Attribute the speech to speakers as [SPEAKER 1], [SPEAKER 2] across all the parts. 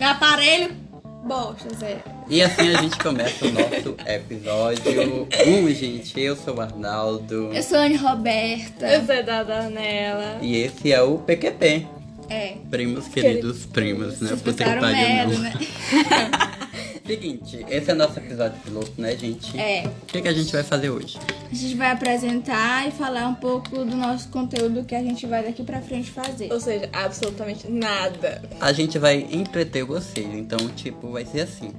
[SPEAKER 1] Aparelho, bosta, Zé.
[SPEAKER 2] E assim a gente começa o nosso episódio 1, gente. Eu sou o Arnaldo.
[SPEAKER 1] Eu sou a Anne Roberta.
[SPEAKER 3] Eu sou da Danela.
[SPEAKER 2] E esse é o PQP.
[SPEAKER 1] É.
[SPEAKER 2] Primos, queridos primos, né?
[SPEAKER 1] Vocês
[SPEAKER 2] Puta que
[SPEAKER 1] botaram
[SPEAKER 2] pariu,
[SPEAKER 1] merda,
[SPEAKER 2] não.
[SPEAKER 1] né?
[SPEAKER 2] Seguinte, esse é o nosso episódio piloto, né, gente?
[SPEAKER 1] É.
[SPEAKER 2] O que, que a gente vai fazer hoje?
[SPEAKER 1] A gente vai apresentar e falar um pouco do nosso conteúdo que a gente vai daqui pra frente fazer.
[SPEAKER 3] Ou seja, absolutamente nada.
[SPEAKER 2] A gente vai entreter vocês, então, tipo, vai ser assim.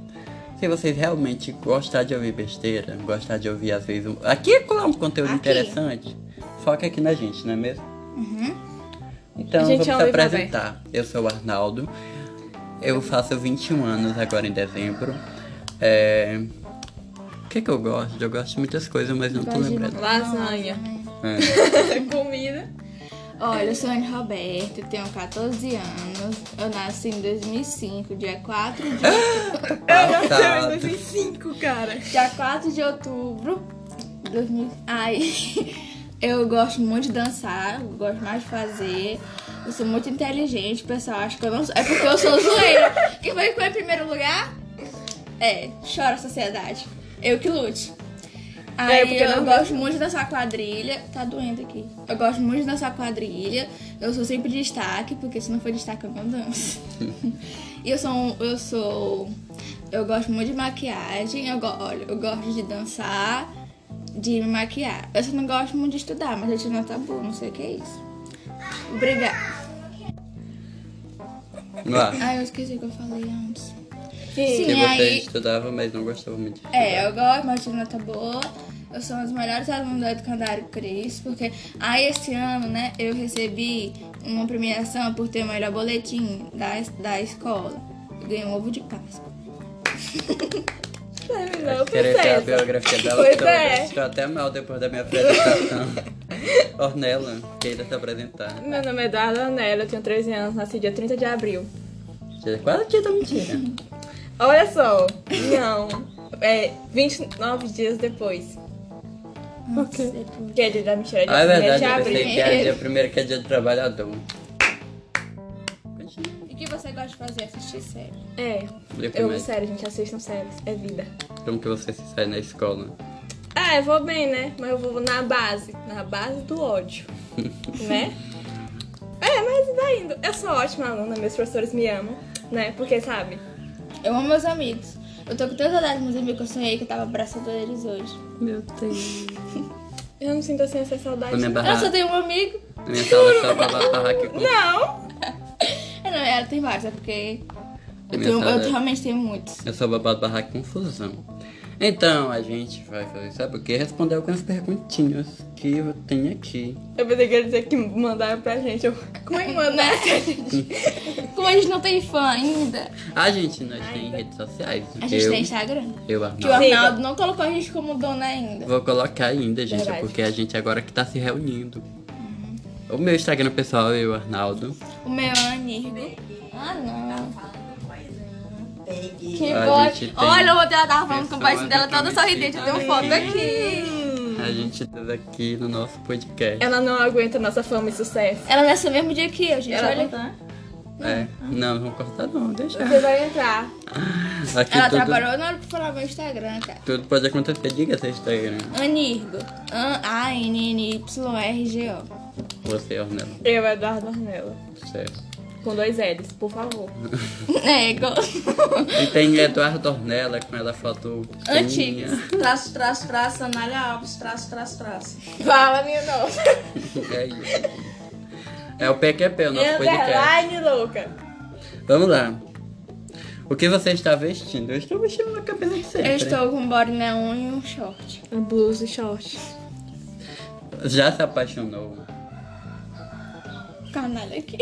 [SPEAKER 2] Se vocês realmente gostar de ouvir besteira, gostar de ouvir, às vezes, um... aqui é colar um conteúdo
[SPEAKER 1] Aqui.
[SPEAKER 2] interessante, foca aqui na gente, não é mesmo?
[SPEAKER 1] Uhum.
[SPEAKER 2] Então,
[SPEAKER 3] A gente
[SPEAKER 2] vamos
[SPEAKER 3] é um
[SPEAKER 2] se
[SPEAKER 3] livro
[SPEAKER 2] apresentar. Eu sou o Arnaldo, eu faço 21 anos agora em dezembro. É... O que que eu gosto? Eu gosto de muitas coisas, mas não tô
[SPEAKER 1] Gosto de
[SPEAKER 2] lembrando.
[SPEAKER 3] Lasanha.
[SPEAKER 2] É.
[SPEAKER 3] Comida.
[SPEAKER 1] Olha, eu sou a Anne Roberta, eu tenho 14 anos. Eu nasci em 2005, dia 4 de,
[SPEAKER 2] Passado.
[SPEAKER 1] assim.
[SPEAKER 3] Eu tenho 5, cara.
[SPEAKER 1] dia 4 de outubro. 2000. Ai, eu gosto muito de dançar, eu gosto mais de fazer. Eu sou muito inteligente, o pessoal acha que eu não sou. É porque eu sou zoeira. Quem vai ficar em primeiro lugar? É, chora sociedade. Eu que lute. Aí
[SPEAKER 3] É, porque
[SPEAKER 1] eu
[SPEAKER 3] não-
[SPEAKER 1] gosto muito de dançar quadrilha. Tá doendo aqui. Eu gosto muito de dançar quadrilha. Eu sou sempre destaque, porque se não for destaque eu não danço. e eu sou. um- Eu sou. Eu gosto muito de maquiagem. Eu, go, olha, eu gosto de dançar, de me maquiar. Eu só não gosto muito de estudar, mas eu tive nota boa, não sei o que é isso. Obrigada.
[SPEAKER 2] Vamos lá.
[SPEAKER 1] Ai, eu esqueci o que eu falei antes.
[SPEAKER 3] Sim.
[SPEAKER 2] Que
[SPEAKER 1] Sim,
[SPEAKER 2] você
[SPEAKER 1] aí-
[SPEAKER 2] estudava, mas não gostava muito de estudar.
[SPEAKER 1] É, eu gosto, mas tive nota boa. Eu sou uma das melhores alunos do Educandário Cris, porque aí esse ano, né, eu recebi uma premiação por ter o melhor boletim da, es- da escola. Eu Ganhei um ovo de Páscoa.
[SPEAKER 3] Terminou o
[SPEAKER 2] Querer ter a
[SPEAKER 3] processo.
[SPEAKER 2] biografia dela
[SPEAKER 3] Pois
[SPEAKER 2] toda.
[SPEAKER 3] é.
[SPEAKER 2] Estou até mal depois da minha apresentação. Ornella, tá queira se apresentar.
[SPEAKER 3] Meu nome é Eduardo Anela, eu tenho 13 anos, nasci dia 30 de abril.
[SPEAKER 2] Quase
[SPEAKER 1] tá
[SPEAKER 2] tinha da mentira.
[SPEAKER 3] Olha só, não, é 29 dias depois,
[SPEAKER 1] Por quê? Depois.
[SPEAKER 3] que é dia da mentira,
[SPEAKER 2] Ah, é
[SPEAKER 3] dia 1 de
[SPEAKER 2] verdade, eu
[SPEAKER 3] abril.
[SPEAKER 2] pensei que era dia primeiro que é dia do trabalhador. Continua.
[SPEAKER 1] E o que você gosta de fazer? Assistir série.
[SPEAKER 2] Falei
[SPEAKER 3] É, eu amo
[SPEAKER 2] primeiro.
[SPEAKER 3] séries, gente, assistam séries, é vida.
[SPEAKER 2] Como que você se sai na escola?
[SPEAKER 3] Ah, eu vou bem, né, mas eu vou na base, na base do ódio, né? É, mas vai indo, eu sou ótima aluna, meus professores me amam, né, porque, sabe,
[SPEAKER 1] Eu amo meus amigos. Eu tô com tanta saudade dos meus amigos que eu sonhei que eu tava abraçando eles hoje.
[SPEAKER 2] Meu Deus.
[SPEAKER 3] eu não sinto assim essa saudade,
[SPEAKER 2] Na minha,
[SPEAKER 3] não.
[SPEAKER 1] Eu só
[SPEAKER 2] barra...
[SPEAKER 1] tenho um amigo.
[SPEAKER 2] na minha sala só tava a barraca com...
[SPEAKER 3] Não,
[SPEAKER 1] É, não, ela tem vários, é porque eu,
[SPEAKER 2] Minha
[SPEAKER 1] tenho- eu
[SPEAKER 2] saudade.
[SPEAKER 1] realmente tenho muitos.
[SPEAKER 2] Eu sou babado barraca confusão. Então, a gente vai fazer, sabe o quê? Responder algumas perguntinhas que eu tenho aqui.
[SPEAKER 3] eu pensei que ia dizer que mandaram pra gente, eu, como é que mandaram pra gente?
[SPEAKER 1] Como a gente não tem fã ainda,
[SPEAKER 2] Ah, gente, nós tem redes sociais.
[SPEAKER 1] a gente
[SPEAKER 2] eu,
[SPEAKER 1] tem Instagram.
[SPEAKER 2] Eu,
[SPEAKER 1] Que o
[SPEAKER 2] Arnaldo.
[SPEAKER 1] Arnaldo não colocou a gente como dona ainda.
[SPEAKER 2] Vou colocar ainda, gente,
[SPEAKER 3] Verdade.
[SPEAKER 2] porque a gente agora que tá se reunindo. O meu Instagram pessoal é eu, Arnaldo.
[SPEAKER 1] O meu é Anirgo. Ah, não.
[SPEAKER 4] Pegue.
[SPEAKER 1] Que
[SPEAKER 2] A
[SPEAKER 1] bode.
[SPEAKER 2] gente tem
[SPEAKER 1] Olha, ontem ela tava falando com o
[SPEAKER 2] pessoas
[SPEAKER 1] pai dela toda
[SPEAKER 2] aqui
[SPEAKER 1] sorridente. Eu tenho foto aqui.
[SPEAKER 2] A
[SPEAKER 1] Uhum.
[SPEAKER 2] gente tá aqui no nosso podcast.
[SPEAKER 3] Ela não aguenta nossa fama e sucesso.
[SPEAKER 1] Ela nasceu no mesmo dia que eu, gente.
[SPEAKER 3] Ela
[SPEAKER 1] Olha.
[SPEAKER 2] tá É.
[SPEAKER 1] Uhum.
[SPEAKER 2] Não, não vou cortar não, deixa.
[SPEAKER 3] Você vai entrar.
[SPEAKER 2] Aqui
[SPEAKER 1] Ela
[SPEAKER 2] tudo,
[SPEAKER 1] trabalhou na hora pra falar meu Instagram, cara.
[SPEAKER 2] tudo pode acontecer. Diga seu Instagram.
[SPEAKER 1] Anirgo. A-N-N-Y-R-G-O.
[SPEAKER 2] Você, Arnaldo.
[SPEAKER 3] Eu, Eduardo Arnella.
[SPEAKER 2] Certo.
[SPEAKER 3] Com dois L's, por favor.
[SPEAKER 1] Nego.
[SPEAKER 2] E tem Eduardo Ornella com ela foto.
[SPEAKER 1] Antigos.
[SPEAKER 4] Traço, traço, traço, Anália Alves, traço, traço, traço.
[SPEAKER 3] Fala, minha nossa.
[SPEAKER 2] fininha. É isso. É o PQP, o nosso podcast.
[SPEAKER 3] Underline, louca.
[SPEAKER 2] Vamos lá. O que você está vestindo? Eu estou vestindo uma camisa de sempre.
[SPEAKER 1] Eu estou com um body neon e um short.
[SPEAKER 3] Blusa e short.
[SPEAKER 2] Já se apaixonou?
[SPEAKER 1] Canalha aqui.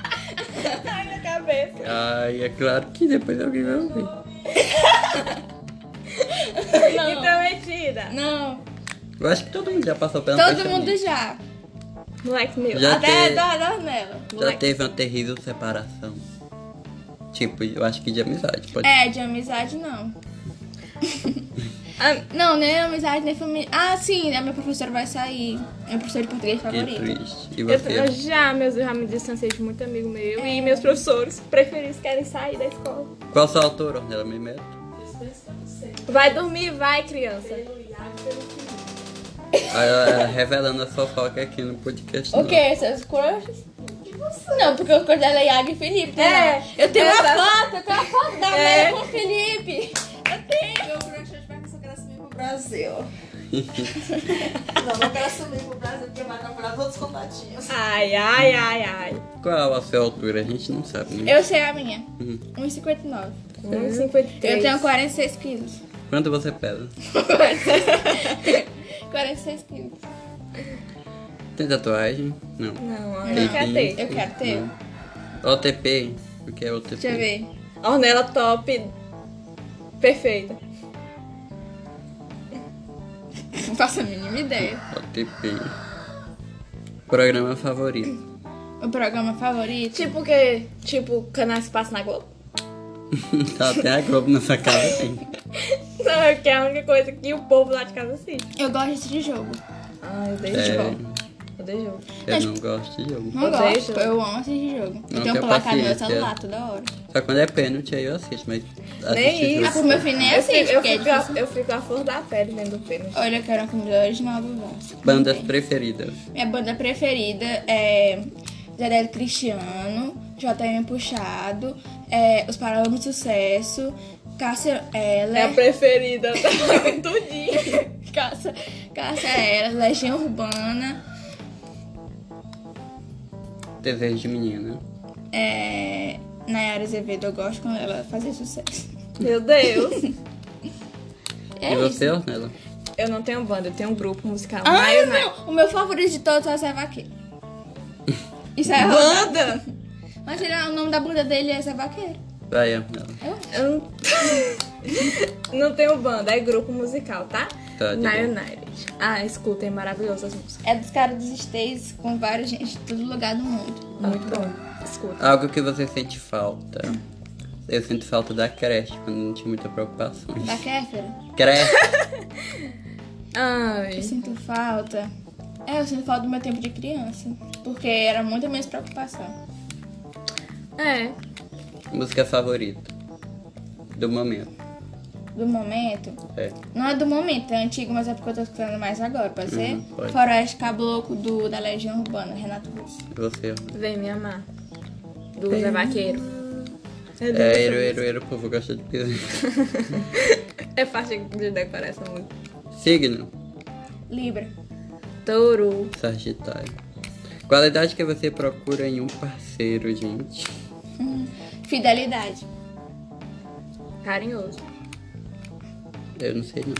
[SPEAKER 3] Ai, minha cabeça.
[SPEAKER 2] Ai, é claro que depois alguém vai ouvir.
[SPEAKER 3] Então, metida.
[SPEAKER 1] Não.
[SPEAKER 2] Eu acho que todo mundo já passou pela
[SPEAKER 1] Todo mundo já.
[SPEAKER 3] Moleque meu.
[SPEAKER 2] Já
[SPEAKER 1] Até
[SPEAKER 2] te-
[SPEAKER 1] da Arnella.
[SPEAKER 2] Já teve uma terrível separação. Tipo, eu acho que de amizade. Pode...
[SPEAKER 1] É, de amizade não.
[SPEAKER 3] Ah,
[SPEAKER 1] Não, nem amizade, nem família. Ah, sim, a minha professora vai sair. Minha professora de português
[SPEAKER 2] Que
[SPEAKER 1] favorita.
[SPEAKER 2] triste. E
[SPEAKER 3] eu, eu
[SPEAKER 2] você?
[SPEAKER 3] já, meus, eu já me distanciei de muito amigo meu e meus professores preferidos querem sair da escola.
[SPEAKER 2] Qual a sua altura? Onde ela me mete?
[SPEAKER 3] Vai dormir, vai, criança.
[SPEAKER 2] Aí Ela ela revelando a fofoca aqui no podcast.
[SPEAKER 1] O que? Seus crushes? Não, porque o crush dela é Iago e Felipe, né?
[SPEAKER 3] É,
[SPEAKER 1] eu tenho
[SPEAKER 3] exato.
[SPEAKER 1] uma foto, eu tenho uma foto da
[SPEAKER 3] É.
[SPEAKER 1] Amélia com o Felipe. Eu tenho.
[SPEAKER 4] Meu crush hoje vai que eu só quero assumir pro Brasil. não, não quero assumir pro Brasil porque vai namorar todos os contatinhos.
[SPEAKER 3] Ai, ai, ai, ai.
[SPEAKER 2] Qual a sua altura? A gente não sabe, né?
[SPEAKER 1] Eu sei a minha.
[SPEAKER 2] Hum.
[SPEAKER 1] 1,59.
[SPEAKER 3] Hum. 1,53.
[SPEAKER 1] Eu tenho 46 quilos.
[SPEAKER 2] Quanto você pesa?
[SPEAKER 1] 46 quilos.
[SPEAKER 2] Tem tatuagem? Não.
[SPEAKER 3] Não, a
[SPEAKER 1] Não.
[SPEAKER 3] Ana quer ter.
[SPEAKER 1] Eu quero ter.
[SPEAKER 2] Não. OTP? O que é OTP?
[SPEAKER 1] Deixa eu ver.
[SPEAKER 3] Ornella top. Perfeita.
[SPEAKER 1] Não faço a mínima ideia.
[SPEAKER 2] OTP. Programa favorito.
[SPEAKER 1] O programa favorito.
[SPEAKER 3] Tipo o quê? Tipo, canais que passa na Globo?
[SPEAKER 2] tá até a Globo nessa casa, hein?
[SPEAKER 3] Não, é que é a única coisa que o povo lá de casa assiste.
[SPEAKER 1] Eu gosto de jogo.
[SPEAKER 3] Ah, eu odeio
[SPEAKER 2] É,
[SPEAKER 3] jogo. Eu odeio jogo.
[SPEAKER 2] eu não gosto de jogo.
[SPEAKER 1] Não
[SPEAKER 3] Eu
[SPEAKER 1] gosto.
[SPEAKER 3] vejo.
[SPEAKER 1] Eu amo assistir jogo.
[SPEAKER 2] Não
[SPEAKER 1] Eu tenho
[SPEAKER 2] tenho
[SPEAKER 1] um placar no meu
[SPEAKER 2] paciência.
[SPEAKER 1] celular toda hora.
[SPEAKER 2] Só quando é pênalti aí eu assisto, mas assistir
[SPEAKER 3] isso.
[SPEAKER 1] Ah,
[SPEAKER 2] jogo-
[SPEAKER 1] pro meu filho nem assiste,
[SPEAKER 3] É eu,
[SPEAKER 1] porque é
[SPEAKER 3] fico,
[SPEAKER 1] difícil.
[SPEAKER 3] a, eu fico à flor da pele dentro do pênalti.
[SPEAKER 1] Olha, eu quero a comida original do Vasco.
[SPEAKER 2] Bandas preferidas.
[SPEAKER 1] Minha banda preferida é Zé Cristiano, JM Puxado, é, Os Paralamas do Sucesso, Cássia
[SPEAKER 3] É a
[SPEAKER 1] Eller,
[SPEAKER 3] preferida tá? tudinho.
[SPEAKER 1] Cássia, Cássia Eller, Legião Urbana,
[SPEAKER 2] Desejo de menina.
[SPEAKER 1] é, Nayara Azevedo, eu gosto quando ela fazia sucesso.
[SPEAKER 3] Meu Deus.
[SPEAKER 1] É
[SPEAKER 2] e
[SPEAKER 1] isso.
[SPEAKER 2] você, Ornella?
[SPEAKER 3] Eu não tenho banda, eu tenho um grupo musical.
[SPEAKER 1] Ah,
[SPEAKER 3] Maio Maio.
[SPEAKER 1] não! O meu favorito de todos é o Zé Vaqueiro. Isso é
[SPEAKER 3] Banda?
[SPEAKER 1] Mas ele, o nome da banda dele é Zé Vaqueiro.
[SPEAKER 2] Vai, Ornella.
[SPEAKER 3] Eu não... não tenho banda, é grupo musical, tá?
[SPEAKER 2] Tá, de
[SPEAKER 3] Nine
[SPEAKER 2] boa.
[SPEAKER 3] United. Ah, escutem, maravilhosas músicas.
[SPEAKER 1] É dos caras dos Stays com várias gente de todo lugar do mundo.
[SPEAKER 3] Muito bom. Escuta.
[SPEAKER 2] Algo que você sente falta. Eu sinto falta da creche, quando não tinha muita preocupação.
[SPEAKER 1] Da Kéfera?
[SPEAKER 2] Creche!
[SPEAKER 1] Eu
[SPEAKER 3] Ai.
[SPEAKER 1] sinto falta. É, eu sinto falta do meu tempo de criança. Porque era muita menos preocupação.
[SPEAKER 3] É.
[SPEAKER 2] Música favorita. Do momento.
[SPEAKER 1] Do momento.
[SPEAKER 2] É.
[SPEAKER 1] Não é do momento, é antigo, mas é porque eu tô escutando mais agora, pode ser?
[SPEAKER 2] Uhum, pode.
[SPEAKER 1] Faroeste Cabloco do, da Legião Urbana, Renato Russo.
[SPEAKER 2] E Você. Ornella?
[SPEAKER 3] Vem me amar. Do Zé Vaqueiro.
[SPEAKER 2] É, ero, ero, ero, o povo gosta de pisar.
[SPEAKER 3] É fácil de decorar essa música.
[SPEAKER 2] Signo.
[SPEAKER 1] Libra.
[SPEAKER 3] Touro.
[SPEAKER 2] Sagitário. Qualidade que você procura em um parceiro, gente.
[SPEAKER 1] Fidelidade.
[SPEAKER 3] Carinhoso.
[SPEAKER 2] Eu não sei não.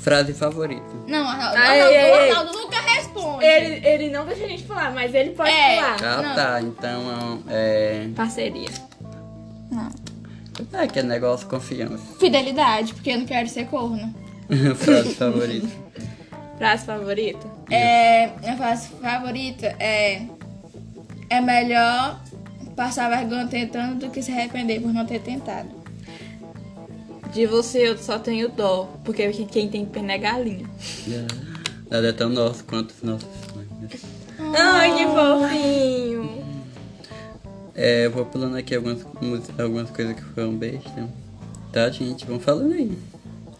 [SPEAKER 2] Frase favorita.
[SPEAKER 1] Não, Arnaldo,
[SPEAKER 3] Ai,
[SPEAKER 1] Arnaldo,
[SPEAKER 3] ai, ai.
[SPEAKER 1] Arnaldo nunca responde.
[SPEAKER 3] Ele, ele não deixa a gente falar, mas ele pode
[SPEAKER 1] É.
[SPEAKER 3] falar.
[SPEAKER 2] Ah,
[SPEAKER 1] Não.
[SPEAKER 2] tá. Então, é...
[SPEAKER 3] Parceria.
[SPEAKER 1] Não.
[SPEAKER 2] É aquele negócio confiança.
[SPEAKER 1] Fidelidade, porque eu não quero ser corno.
[SPEAKER 2] Frase favorita.
[SPEAKER 3] Frase favorita?
[SPEAKER 1] É, minha frase favorita é... É melhor passar vergonha tentando do que se arrepender por não ter tentado.
[SPEAKER 3] De você eu só tenho dó, porque quem tem pena é galinha.
[SPEAKER 2] Nada é tão nosso quanto os nossos sonhos.
[SPEAKER 3] Ai, que fofinho.
[SPEAKER 2] É, eu vou pulando aqui algumas, mus- algumas coisas que foram besta. Tá, gente? Vão falando aí.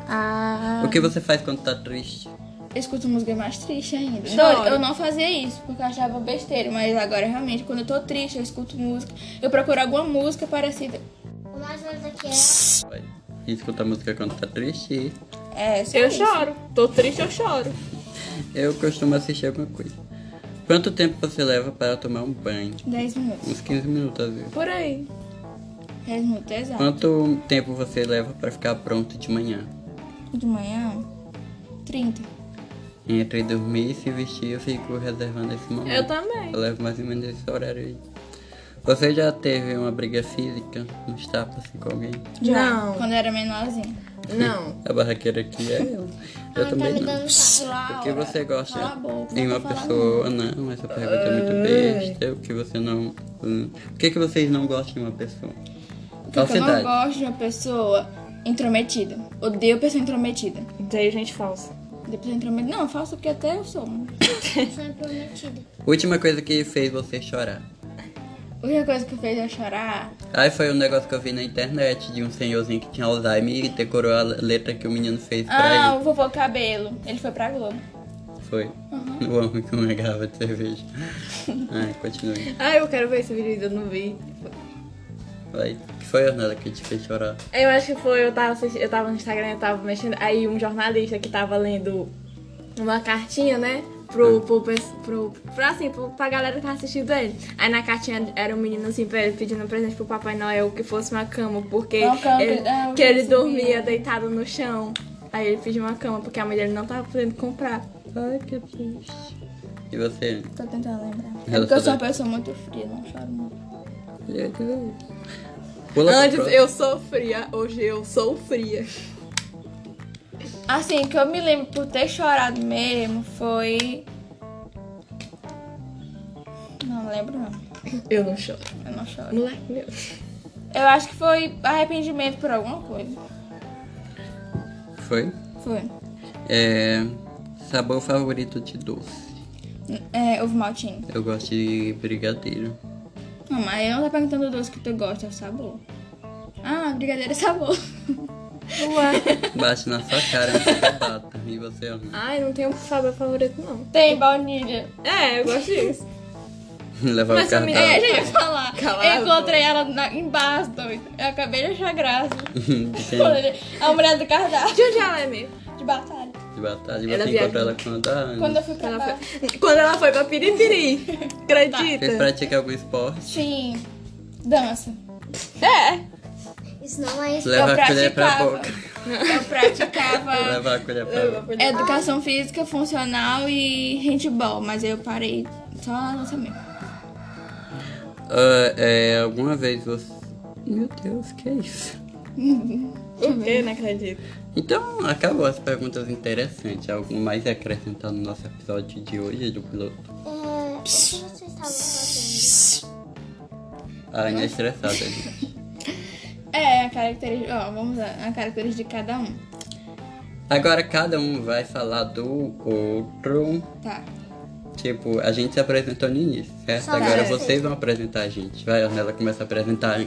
[SPEAKER 1] Ah.
[SPEAKER 2] O que você faz quando tá triste?
[SPEAKER 1] Eu escuto música mais triste ainda.
[SPEAKER 3] Chora.
[SPEAKER 1] Então, eu não fazia isso, porque eu achava besteira, mas agora realmente, quando eu tô triste, eu escuto música. Eu procuro alguma música parecida.
[SPEAKER 5] O mais novo daqui é.
[SPEAKER 2] Vai. Escuta a música quando tá triste.
[SPEAKER 1] É, só
[SPEAKER 3] Eu
[SPEAKER 1] isso.
[SPEAKER 3] choro. Tô triste, eu choro.
[SPEAKER 2] Eu costumo assistir alguma coisa. Quanto tempo você leva para tomar um banho?
[SPEAKER 1] 10 minutos.
[SPEAKER 2] Uns 15 minutos, às vezes.
[SPEAKER 3] Por aí.
[SPEAKER 1] 10 minutos, exato.
[SPEAKER 2] Quanto tempo você leva para ficar pronto de manhã?
[SPEAKER 1] De manhã, 30.
[SPEAKER 2] Entre dormir e se vestir, eu fico reservando esse momento.
[SPEAKER 3] Eu também.
[SPEAKER 2] Eu levo mais ou menos esse horário aí. Você já teve uma briga física, uns tapas assim, com alguém?
[SPEAKER 1] Já,
[SPEAKER 3] Não.
[SPEAKER 1] Quando eu era menorzinha.
[SPEAKER 3] Não.
[SPEAKER 2] A barraqueira aqui é eu. Eu
[SPEAKER 5] Ah,
[SPEAKER 2] também
[SPEAKER 5] tá me
[SPEAKER 2] não.
[SPEAKER 5] dando tapa.
[SPEAKER 2] O que você gosta
[SPEAKER 1] cala a boca,
[SPEAKER 2] em
[SPEAKER 1] não
[SPEAKER 2] uma
[SPEAKER 1] tô falando.
[SPEAKER 2] pessoa. Não, essa pergunta é muito besta. O que você não. hum. O que, que vocês não gostam em uma pessoa?
[SPEAKER 1] O que, que eu não gosto de uma pessoa Intrometida. Odeio pessoa intrometida.
[SPEAKER 3] Daí gente falsa.
[SPEAKER 1] Odeio pessoa intrometida. Não, eu faço porque até eu sou. né?
[SPEAKER 5] Foi prometida.
[SPEAKER 2] Última coisa que fez você chorar.
[SPEAKER 1] A única coisa que fez eu chorar
[SPEAKER 2] Aí foi um negócio que eu vi na internet de um senhorzinho que tinha Alzheimer e decorou a letra que o menino fez pra
[SPEAKER 1] Ah, o vovô Cabelo. Ele foi pra Globo.
[SPEAKER 2] ele. Foi. Eu amo com uma garrafa de cerveja. Ai, continue.
[SPEAKER 3] Ah, eu quero ver esse vídeo ainda, eu não vi.
[SPEAKER 2] Vai. O que foi, Ornella, que te fez chorar?
[SPEAKER 3] Eu acho que foi, eu tava, assisti- eu tava no Instagram, eu tava mexendo, aí um jornalista que tava lendo uma cartinha, né? Pro, pro, pes- pro, pro, assim, pro, pra galera que tava assistindo ele. Aí na cartinha era um menino assim, pe- pedindo um presente pro Papai Noel que fosse uma cama, porque
[SPEAKER 1] Uma cama,
[SPEAKER 3] ele,
[SPEAKER 1] que- ah, eu
[SPEAKER 3] que é, ele
[SPEAKER 1] percebi.
[SPEAKER 3] dormia deitado no chão. Aí ele pediu uma cama, porque a mãe dele não tava podendo comprar.
[SPEAKER 2] Ai, que triste. E você?
[SPEAKER 1] Tô tentando lembrar. É
[SPEAKER 2] Ela
[SPEAKER 1] porque eu sou
[SPEAKER 2] sabe.
[SPEAKER 1] uma pessoa muito fria, não choro muito.
[SPEAKER 2] Pula pro
[SPEAKER 3] Antes
[SPEAKER 2] próximo.
[SPEAKER 3] eu sofria, hoje eu sou fria.
[SPEAKER 1] Assim, que eu me lembro por ter chorado mesmo foi. Não lembro não.
[SPEAKER 3] Eu não choro.
[SPEAKER 1] Eu não choro.
[SPEAKER 3] Moleque meu.
[SPEAKER 1] Eu acho que foi arrependimento por alguma coisa.
[SPEAKER 2] Foi?
[SPEAKER 1] Foi.
[SPEAKER 2] É... Sabor favorito de doce.
[SPEAKER 1] É, ovo maltinho.
[SPEAKER 2] Eu gosto de brigadeiro.
[SPEAKER 1] Não, mas eu não tá perguntando o doce que tu gosta, é o sabor. Ah, brigadeiro é sabor.
[SPEAKER 2] Bate na sua cara, não fica bata. E você, Ornella?
[SPEAKER 3] Ai, não tenho sabor favorito, não.
[SPEAKER 1] Tem baunilha.
[SPEAKER 3] É, eu gosto disso.
[SPEAKER 2] Levar o
[SPEAKER 3] Mas eu me-
[SPEAKER 2] cartão.
[SPEAKER 1] É, gente, vou falar.
[SPEAKER 3] Cala a
[SPEAKER 1] eu encontrei ela na, em Bas, doido. Eu acabei de achar graça.
[SPEAKER 2] Gente,
[SPEAKER 1] A mulher do cardápio
[SPEAKER 3] De onde ela é mesmo?
[SPEAKER 1] de batalha.
[SPEAKER 2] de batalha.
[SPEAKER 3] Ela
[SPEAKER 2] Você
[SPEAKER 3] viaja
[SPEAKER 2] encontrou ela quando Ah, a
[SPEAKER 1] é Quando eu fui pra
[SPEAKER 3] Ela
[SPEAKER 1] lá.
[SPEAKER 3] foi- Quando ela foi pra Piripiri.
[SPEAKER 2] Vocês
[SPEAKER 3] Acredita?
[SPEAKER 2] praticam algum esporte?
[SPEAKER 1] Sim, dança.
[SPEAKER 3] É.
[SPEAKER 5] Isso não é isso.
[SPEAKER 2] Leva
[SPEAKER 1] eu
[SPEAKER 2] a colher pra
[SPEAKER 1] praticava. Ah.
[SPEAKER 2] boca.
[SPEAKER 1] Eu praticava
[SPEAKER 2] Leva a colher
[SPEAKER 3] É,
[SPEAKER 2] pra boca.
[SPEAKER 1] educação física, funcional e handball, mas eu parei só na lançamento.
[SPEAKER 2] Ah, é, alguma vez você. Meu Deus, que é isso?
[SPEAKER 3] O quê? né? Não acredito.
[SPEAKER 2] Então, acabou as perguntas interessantes. Algo mais a acrescentar no nosso episódio de hoje do piloto?
[SPEAKER 5] É, o que vocês estavam
[SPEAKER 2] A Ana é estressada, gente.
[SPEAKER 1] É, a característica. Ó, vamos lá, a característica de cada um.
[SPEAKER 2] Agora cada um vai falar do outro.
[SPEAKER 1] Tá.
[SPEAKER 2] Tipo, a gente se apresentou no início, certo?
[SPEAKER 5] Só
[SPEAKER 2] Agora
[SPEAKER 5] vai.
[SPEAKER 2] vocês vão apresentar a gente. Vai, Ana, ela começa a apresentar.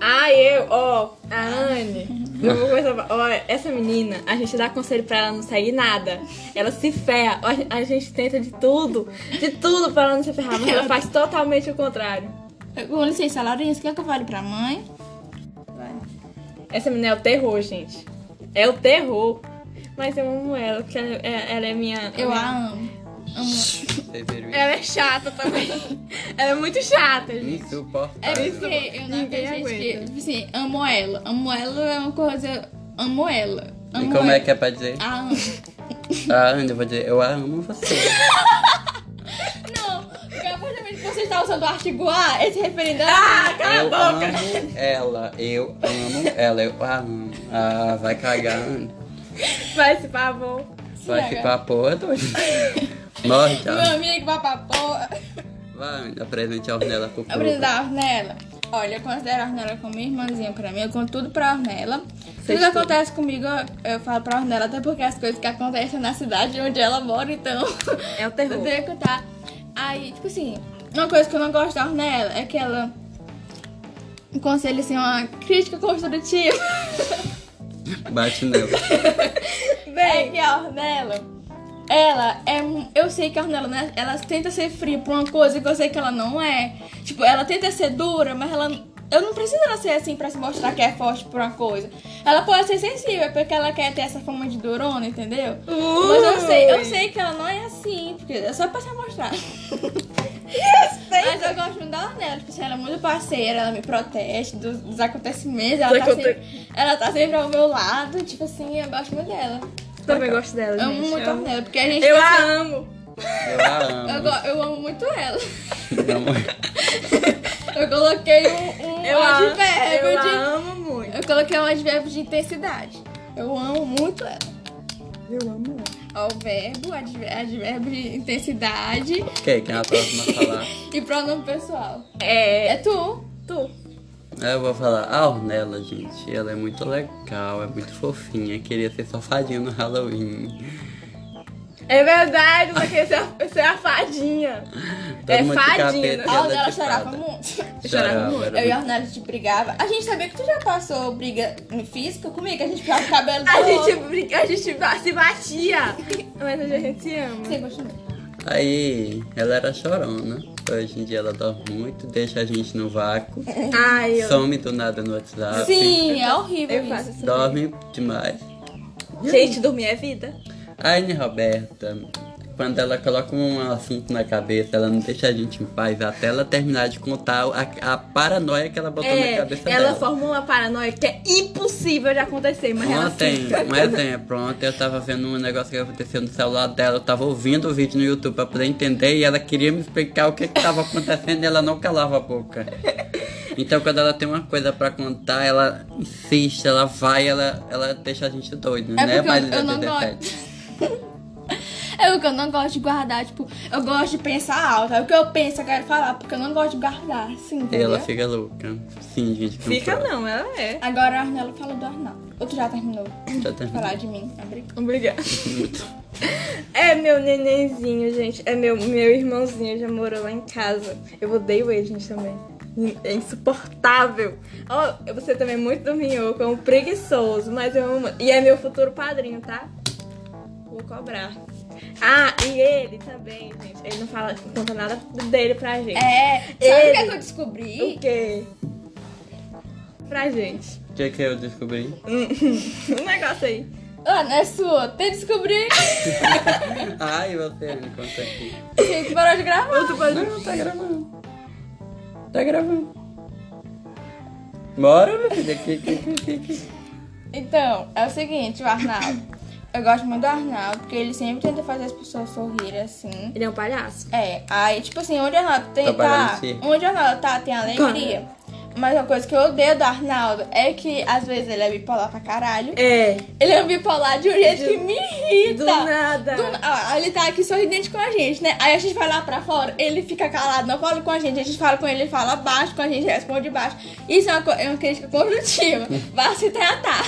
[SPEAKER 3] Ah, eu, ó, a Anne. Eu vou começar. pra- Ó, essa menina, a gente dá conselho pra ela não sair nada. Ela se ferra. Ó, A gente tenta de tudo, de tudo pra ela não se ferrar, mas ela faz totalmente o contrário.
[SPEAKER 1] Com licença, Laurinha, você quer que eu fale pra mãe? Vai.
[SPEAKER 3] Essa menina é o terror, gente. É o terror. Mas eu amo ela, porque ela, é- ela é minha.
[SPEAKER 1] Eu
[SPEAKER 3] minha...
[SPEAKER 1] a amo. Amo.
[SPEAKER 2] Vocês viram isso?
[SPEAKER 3] Ela é chata também. ela é muito chata, gente.
[SPEAKER 1] É
[SPEAKER 2] Insuportável.
[SPEAKER 1] porque eu não
[SPEAKER 3] Ninguém
[SPEAKER 1] acredito que.
[SPEAKER 3] aguenta.
[SPEAKER 1] Tipo assim, amo ela. Amo ela é uma coisa. Amo ela. Amo
[SPEAKER 2] E como
[SPEAKER 1] ela.
[SPEAKER 2] é que é pra dizer?
[SPEAKER 1] A amo.
[SPEAKER 2] Ah, Ana, eu vou dizer, eu amo você.
[SPEAKER 1] Não, porque a partir do momento que você está usando o artigo A, esse referendo
[SPEAKER 3] Ah, cala
[SPEAKER 2] eu
[SPEAKER 3] a boca!
[SPEAKER 2] amo ela, eu amo ela, eu amo. Ah, vai cagar, Ana.
[SPEAKER 3] Vai se pavor.
[SPEAKER 2] Vai
[SPEAKER 1] Caga.
[SPEAKER 2] se pra porra doido. Morre, tchau.
[SPEAKER 1] Meu amigo, papapô.
[SPEAKER 2] Vai, Ana, apresente a Ornella pro povo.
[SPEAKER 1] Apresentar a Ornella. Olha, eu considero a Ornella como minha irmãzinha pra mim. Eu conto tudo pra Ornella. Tudo que acontece comigo, eu- eu falo pra Ornella, até porque as coisas que acontecem na cidade onde ela mora, então.
[SPEAKER 3] É o terror.
[SPEAKER 1] Eu tenho que contar. Aí, tipo assim, uma coisa que eu não gosto da Ornella é que ela. Um conselho assim, uma crítica construtiva.
[SPEAKER 2] Bate nela.
[SPEAKER 1] É que a Ornella, ela é. mu- Eu sei que a Ornella, né, ela tenta ser fria por uma coisa que eu sei que ela não é. Tipo, ela tenta ser dura, mas ela. Eu não preciso ela ser assim pra se mostrar que é forte por uma coisa. Ela pode ser sensível, é porque ela quer ter essa fama de durona, entendeu? Mas eu sei, eu sei que ela não é assim, porque é só pra se mostrar. Mas eu gosto muito da Ornella, tipo assim, ela é muito parceira, ela me protege dos, dos acontecimentos, ela tá,
[SPEAKER 3] Aconte-
[SPEAKER 1] sempre, ela tá sempre ao meu lado, tipo assim, eu gosto muito dela.
[SPEAKER 3] Também gosto dela, gente.
[SPEAKER 1] Amo muito a Ornella, porque a gente.
[SPEAKER 3] Eu a amo.
[SPEAKER 2] Eu a amo.
[SPEAKER 1] Eu, go- eu amo muito ela.
[SPEAKER 2] Não,
[SPEAKER 1] Eu coloquei um, um
[SPEAKER 3] Eu a amo.
[SPEAKER 1] advérbio
[SPEAKER 3] Eu
[SPEAKER 1] de.
[SPEAKER 3] a amo muito.
[SPEAKER 1] Eu coloquei um advérbio de intensidade. Eu amo muito ela.
[SPEAKER 3] Eu amo ela.
[SPEAKER 1] Ó, o verbo, adver- advérbio de intensidade
[SPEAKER 2] ok, quem é a próxima a falar?
[SPEAKER 1] e pronome pessoal.
[SPEAKER 3] É,
[SPEAKER 1] É tu.
[SPEAKER 3] tu.
[SPEAKER 2] Aí eu vou falar, a Ornella, gente, ela é muito legal, é muito fofinha, queria ser safadinha no Halloween.
[SPEAKER 3] É verdade, você quer ser a, você é a fadinha.
[SPEAKER 2] Todo
[SPEAKER 3] é
[SPEAKER 2] mundo ficava
[SPEAKER 3] fadinha.
[SPEAKER 1] A
[SPEAKER 2] pensando- Ela é
[SPEAKER 1] Ornella
[SPEAKER 2] te
[SPEAKER 1] Ah, chorava
[SPEAKER 2] fala.
[SPEAKER 1] muito.
[SPEAKER 2] Chorava, era
[SPEAKER 1] Eu e a
[SPEAKER 2] muito-
[SPEAKER 1] Ornella, a gente brigava. A gente sabia que tu já passou briga física comigo, a gente ficava com o cabelo do
[SPEAKER 3] A gente,
[SPEAKER 1] outro.
[SPEAKER 3] brinca- a gente ba- se batia. Mas hoje a gente se ama.
[SPEAKER 1] Você continua.
[SPEAKER 2] Aí ela era chorona, hoje em dia ela dorme muito, deixa a gente no vácuo,
[SPEAKER 3] Ai, É, eu,
[SPEAKER 2] some do nada no WhatsApp,
[SPEAKER 1] Sim, é horrível
[SPEAKER 3] eu faço
[SPEAKER 1] isso.
[SPEAKER 3] isso.
[SPEAKER 2] dorme demais.
[SPEAKER 3] Gente, dormir é vida.
[SPEAKER 2] A Anne Roberta, quando ela coloca um assunto na cabeça, ela não deixa a gente em paz até ela terminar de contar a, a paranoia que ela botou
[SPEAKER 3] É,
[SPEAKER 2] na cabeça
[SPEAKER 3] ela
[SPEAKER 2] dela.
[SPEAKER 3] formula a paranoia que é impossível de acontecer, mas ela
[SPEAKER 2] Ontem,
[SPEAKER 3] fica.
[SPEAKER 2] um exemplo, ontem eu tava vendo um negócio que aconteceu no celular dela, eu tava ouvindo o vídeo no YouTube pra poder entender e ela queria me explicar o que que tava acontecendo e ela não calava a boca. Então quando ela tem uma coisa pra contar, ela insiste, ela vai, ela, ela deixa a gente doido,
[SPEAKER 1] É
[SPEAKER 2] né?
[SPEAKER 1] porque
[SPEAKER 2] Marília
[SPEAKER 1] eu, eu não
[SPEAKER 2] 17?
[SPEAKER 1] gosto. É porque eu não gosto de guardar, tipo, eu gosto de pensar alto. É o que eu penso, eu quero falar, porque eu não gosto de guardar, assim,
[SPEAKER 2] E
[SPEAKER 1] entendeu?
[SPEAKER 2] ela fica louca. Sim, gente. não
[SPEAKER 3] Fica
[SPEAKER 2] pode.
[SPEAKER 3] não, ela é.
[SPEAKER 1] Agora a Arnella fala do Arnaldo. Ou tu já terminou de
[SPEAKER 2] Já tá terminou.
[SPEAKER 1] falar de mim, tá Abrica?
[SPEAKER 3] Obrigada. É meu nenenzinho, gente. É meu, meu irmãozinho, já morou lá em casa. Eu odeio ele, gente, também. É insuportável. Ó, você também é muito do minhoco, é um preguiçoso, mas eu amo. E é meu futuro padrinho, tá? Vou cobrar. Ah, e ele também, gente. Ele não fala, não conta nada dele pra gente.
[SPEAKER 1] É, sabe o que,
[SPEAKER 3] Ele.
[SPEAKER 1] é que eu
[SPEAKER 3] O
[SPEAKER 1] descobri?
[SPEAKER 3] quê? Pra gente.
[SPEAKER 2] O que, que eu descobri?
[SPEAKER 3] Um negócio aí.
[SPEAKER 1] Ana, é sua. Até descobri
[SPEAKER 2] Ai, você me conta aqui.
[SPEAKER 1] que tu parou de gravar.
[SPEAKER 3] Outro padrinho.
[SPEAKER 2] Não, tá gravando. Tá gravando. Bora, meu filho. Aqui, aqui, aqui, aqui.
[SPEAKER 1] Então, é o seguinte, o Arnaldo. Eu gosto muito do Arnaldo, porque ele sempre tenta fazer as pessoas sorrirem, assim.
[SPEAKER 3] Ele é um palhaço.
[SPEAKER 1] É, aí, tipo assim, onde a Arnaldo tem,
[SPEAKER 2] Trabalhar
[SPEAKER 1] tá,
[SPEAKER 2] no circo.
[SPEAKER 1] onde a Arnaldo tá, tem alegria. Mas uma coisa que eu odeio do Arnaldo é que às vezes ele é bipolar pra caralho.
[SPEAKER 3] É.
[SPEAKER 1] Ele é um bipolar de um jeito que me irrita.
[SPEAKER 3] do nada.
[SPEAKER 1] Do na- ah, ele tá aqui sorridente com a gente, né? Aí a gente vai lá pra fora, ele fica calado, não fala com a gente. A gente fala com ele, ele fala baixo com a gente, responde baixo. Isso é uma, co- é uma crítica construtiva. Vá se tratar.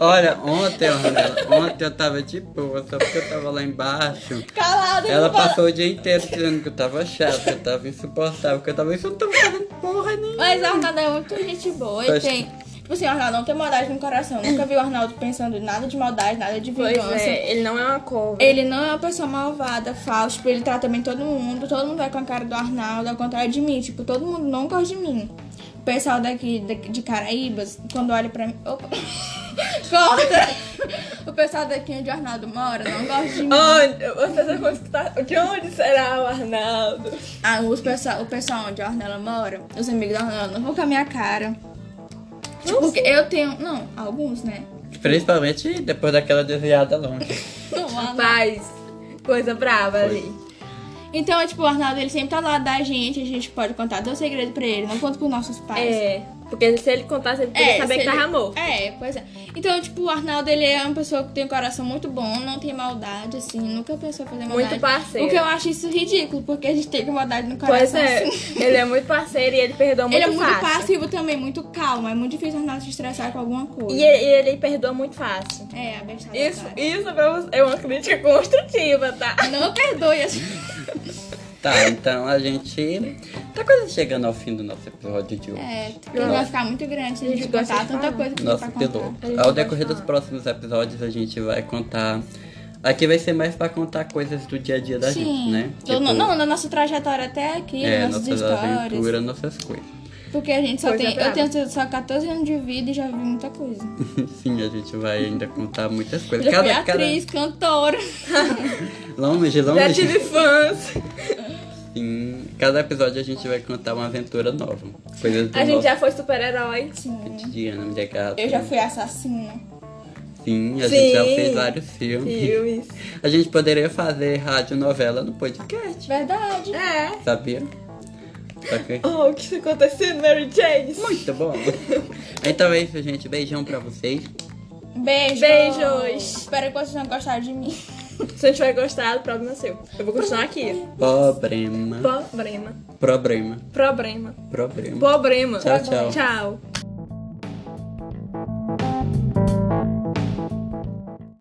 [SPEAKER 2] Olha, ontem, Ornella, ontem eu tava de boa, só porque eu tava lá embaixo.
[SPEAKER 1] calado,
[SPEAKER 2] Ela
[SPEAKER 1] não fala-
[SPEAKER 2] passou o dia inteiro dizendo que eu tava chato, que eu tava insuportável, que eu tava. Isso eu não tava fazendo porra
[SPEAKER 3] né?
[SPEAKER 2] nenhuma.
[SPEAKER 1] Mas o Arnaldo é muito gente boa. Ele
[SPEAKER 2] Pois-
[SPEAKER 1] tem. Tipo assim, o Arnaldo não tem maldade no coração. Eu Nunca vi o Arnaldo pensando em nada de maldade, nada de
[SPEAKER 3] Pois
[SPEAKER 1] vingança.
[SPEAKER 3] é, ele não é uma cova.
[SPEAKER 1] Ele não é uma pessoa malvada, falsa. Tipo, ele trata bem todo mundo. Todo mundo vai com a cara do Arnaldo, ao contrário de mim. Tipo, todo mundo não gosta de mim. O pessoal daqui de, de Caraíbas, quando olha pra mim. Opa! Corta! O pessoal daqui onde o Arnaldo mora não gosta de mim.
[SPEAKER 3] Onde? Você vai consultar. De onde será o Arnaldo?
[SPEAKER 1] Ah, os pessoal, o pessoal onde a Ornella mora, os amigos da Ornella não vão com a minha cara. Tipo, porque eu tenho. Não, alguns, né?
[SPEAKER 2] Principalmente depois daquela desviada longe.
[SPEAKER 1] Não, o Arnaldo-
[SPEAKER 3] Paz. Coisa brava
[SPEAKER 2] Foi.
[SPEAKER 3] ali.
[SPEAKER 1] Então, é tipo, o Arnaldo ele sempre tá lá da gente, a gente pode contar teu segredo pra ele, não conta pros nossos pais.
[SPEAKER 3] É. Porque se ele contasse, ele poderia saber
[SPEAKER 1] se
[SPEAKER 3] que tava
[SPEAKER 1] ele-
[SPEAKER 3] amor.
[SPEAKER 1] É, pois é. Então, tipo, o Arnaldo, ele é uma pessoa que tem um coração muito bom, não tem maldade, assim, nunca pensou em fazer maldade.
[SPEAKER 3] Muito parceiro.
[SPEAKER 1] O que eu acho isso ridículo, porque a gente tem com maldade no coração.
[SPEAKER 3] Pois é,
[SPEAKER 1] assim.
[SPEAKER 3] ele é muito parceiro e ele perdoa muito
[SPEAKER 1] Ele é muito
[SPEAKER 3] fácil.
[SPEAKER 1] passivo também, muito calmo. É muito difícil o Arnaldo se estressar com alguma coisa.
[SPEAKER 3] E ele, e ele perdoa muito fácil.
[SPEAKER 1] É, a bestada.
[SPEAKER 3] Isso,
[SPEAKER 1] cara.
[SPEAKER 3] isso pra você é uma crítica construtiva, tá?
[SPEAKER 1] Não perdoe as
[SPEAKER 2] Tá, então a gente. Tá quase chegando ao fim do nosso episódio de hoje.
[SPEAKER 1] É, porque vai ficar muito grande se a gente
[SPEAKER 3] Ele gosta
[SPEAKER 1] contar
[SPEAKER 3] de
[SPEAKER 1] tanta
[SPEAKER 3] falar.
[SPEAKER 1] coisa que
[SPEAKER 2] Nossa,
[SPEAKER 1] tem pra
[SPEAKER 2] piloto.
[SPEAKER 1] contar.
[SPEAKER 3] A gente
[SPEAKER 2] Ao
[SPEAKER 3] pode
[SPEAKER 2] decorrer dos
[SPEAKER 3] falar.
[SPEAKER 2] próximos episódios, a gente vai contar. Aqui vai ser mais pra contar coisas do dia a dia da gente, né?
[SPEAKER 1] Do- no- não, na nossa trajetória até aqui,
[SPEAKER 2] é,
[SPEAKER 1] nossas
[SPEAKER 2] nossas
[SPEAKER 1] histórias.
[SPEAKER 2] aventuras, nossas coisas.
[SPEAKER 1] Porque a gente só
[SPEAKER 3] Coisa
[SPEAKER 1] tem. Eu
[SPEAKER 3] brava.
[SPEAKER 1] tenho só 14 anos de vida e já vi muita coisa.
[SPEAKER 2] Sim, a gente vai ainda contar muitas coisas.
[SPEAKER 1] Já fui
[SPEAKER 2] Cada, cada...
[SPEAKER 1] é atriz, cantora.
[SPEAKER 2] Longe,
[SPEAKER 3] Já tive
[SPEAKER 2] longe.
[SPEAKER 3] fãs.
[SPEAKER 2] Sim, cada episódio a gente vai contar uma aventura nova. Coisas do
[SPEAKER 3] A gente
[SPEAKER 2] nosso
[SPEAKER 3] já foi super-herói.
[SPEAKER 2] cotidiano, de gato.
[SPEAKER 1] Eu já fui assassina.
[SPEAKER 2] Sim, a gente já
[SPEAKER 3] Sim.
[SPEAKER 2] fez vários filmes.
[SPEAKER 3] Filmes.
[SPEAKER 2] A gente poderia fazer rádio novela no podcast,
[SPEAKER 1] Verdade.
[SPEAKER 3] É.
[SPEAKER 2] sabia? Só que...
[SPEAKER 3] Oh, o que está acontecendo, Mary Jane?
[SPEAKER 2] Muito bom. Então é isso, gente. Beijão pra vocês.
[SPEAKER 1] Beijo.
[SPEAKER 3] Beijos.
[SPEAKER 1] Espero que vocês tenham gostado de mim.
[SPEAKER 3] Se não tiver gostado, problema é seu. Eu vou continuar aqui.
[SPEAKER 2] Problema.
[SPEAKER 3] Problema.
[SPEAKER 2] Problema.
[SPEAKER 3] Problema.
[SPEAKER 2] Problema.
[SPEAKER 3] Problema.
[SPEAKER 2] Tchau, tchau.
[SPEAKER 3] Tchau.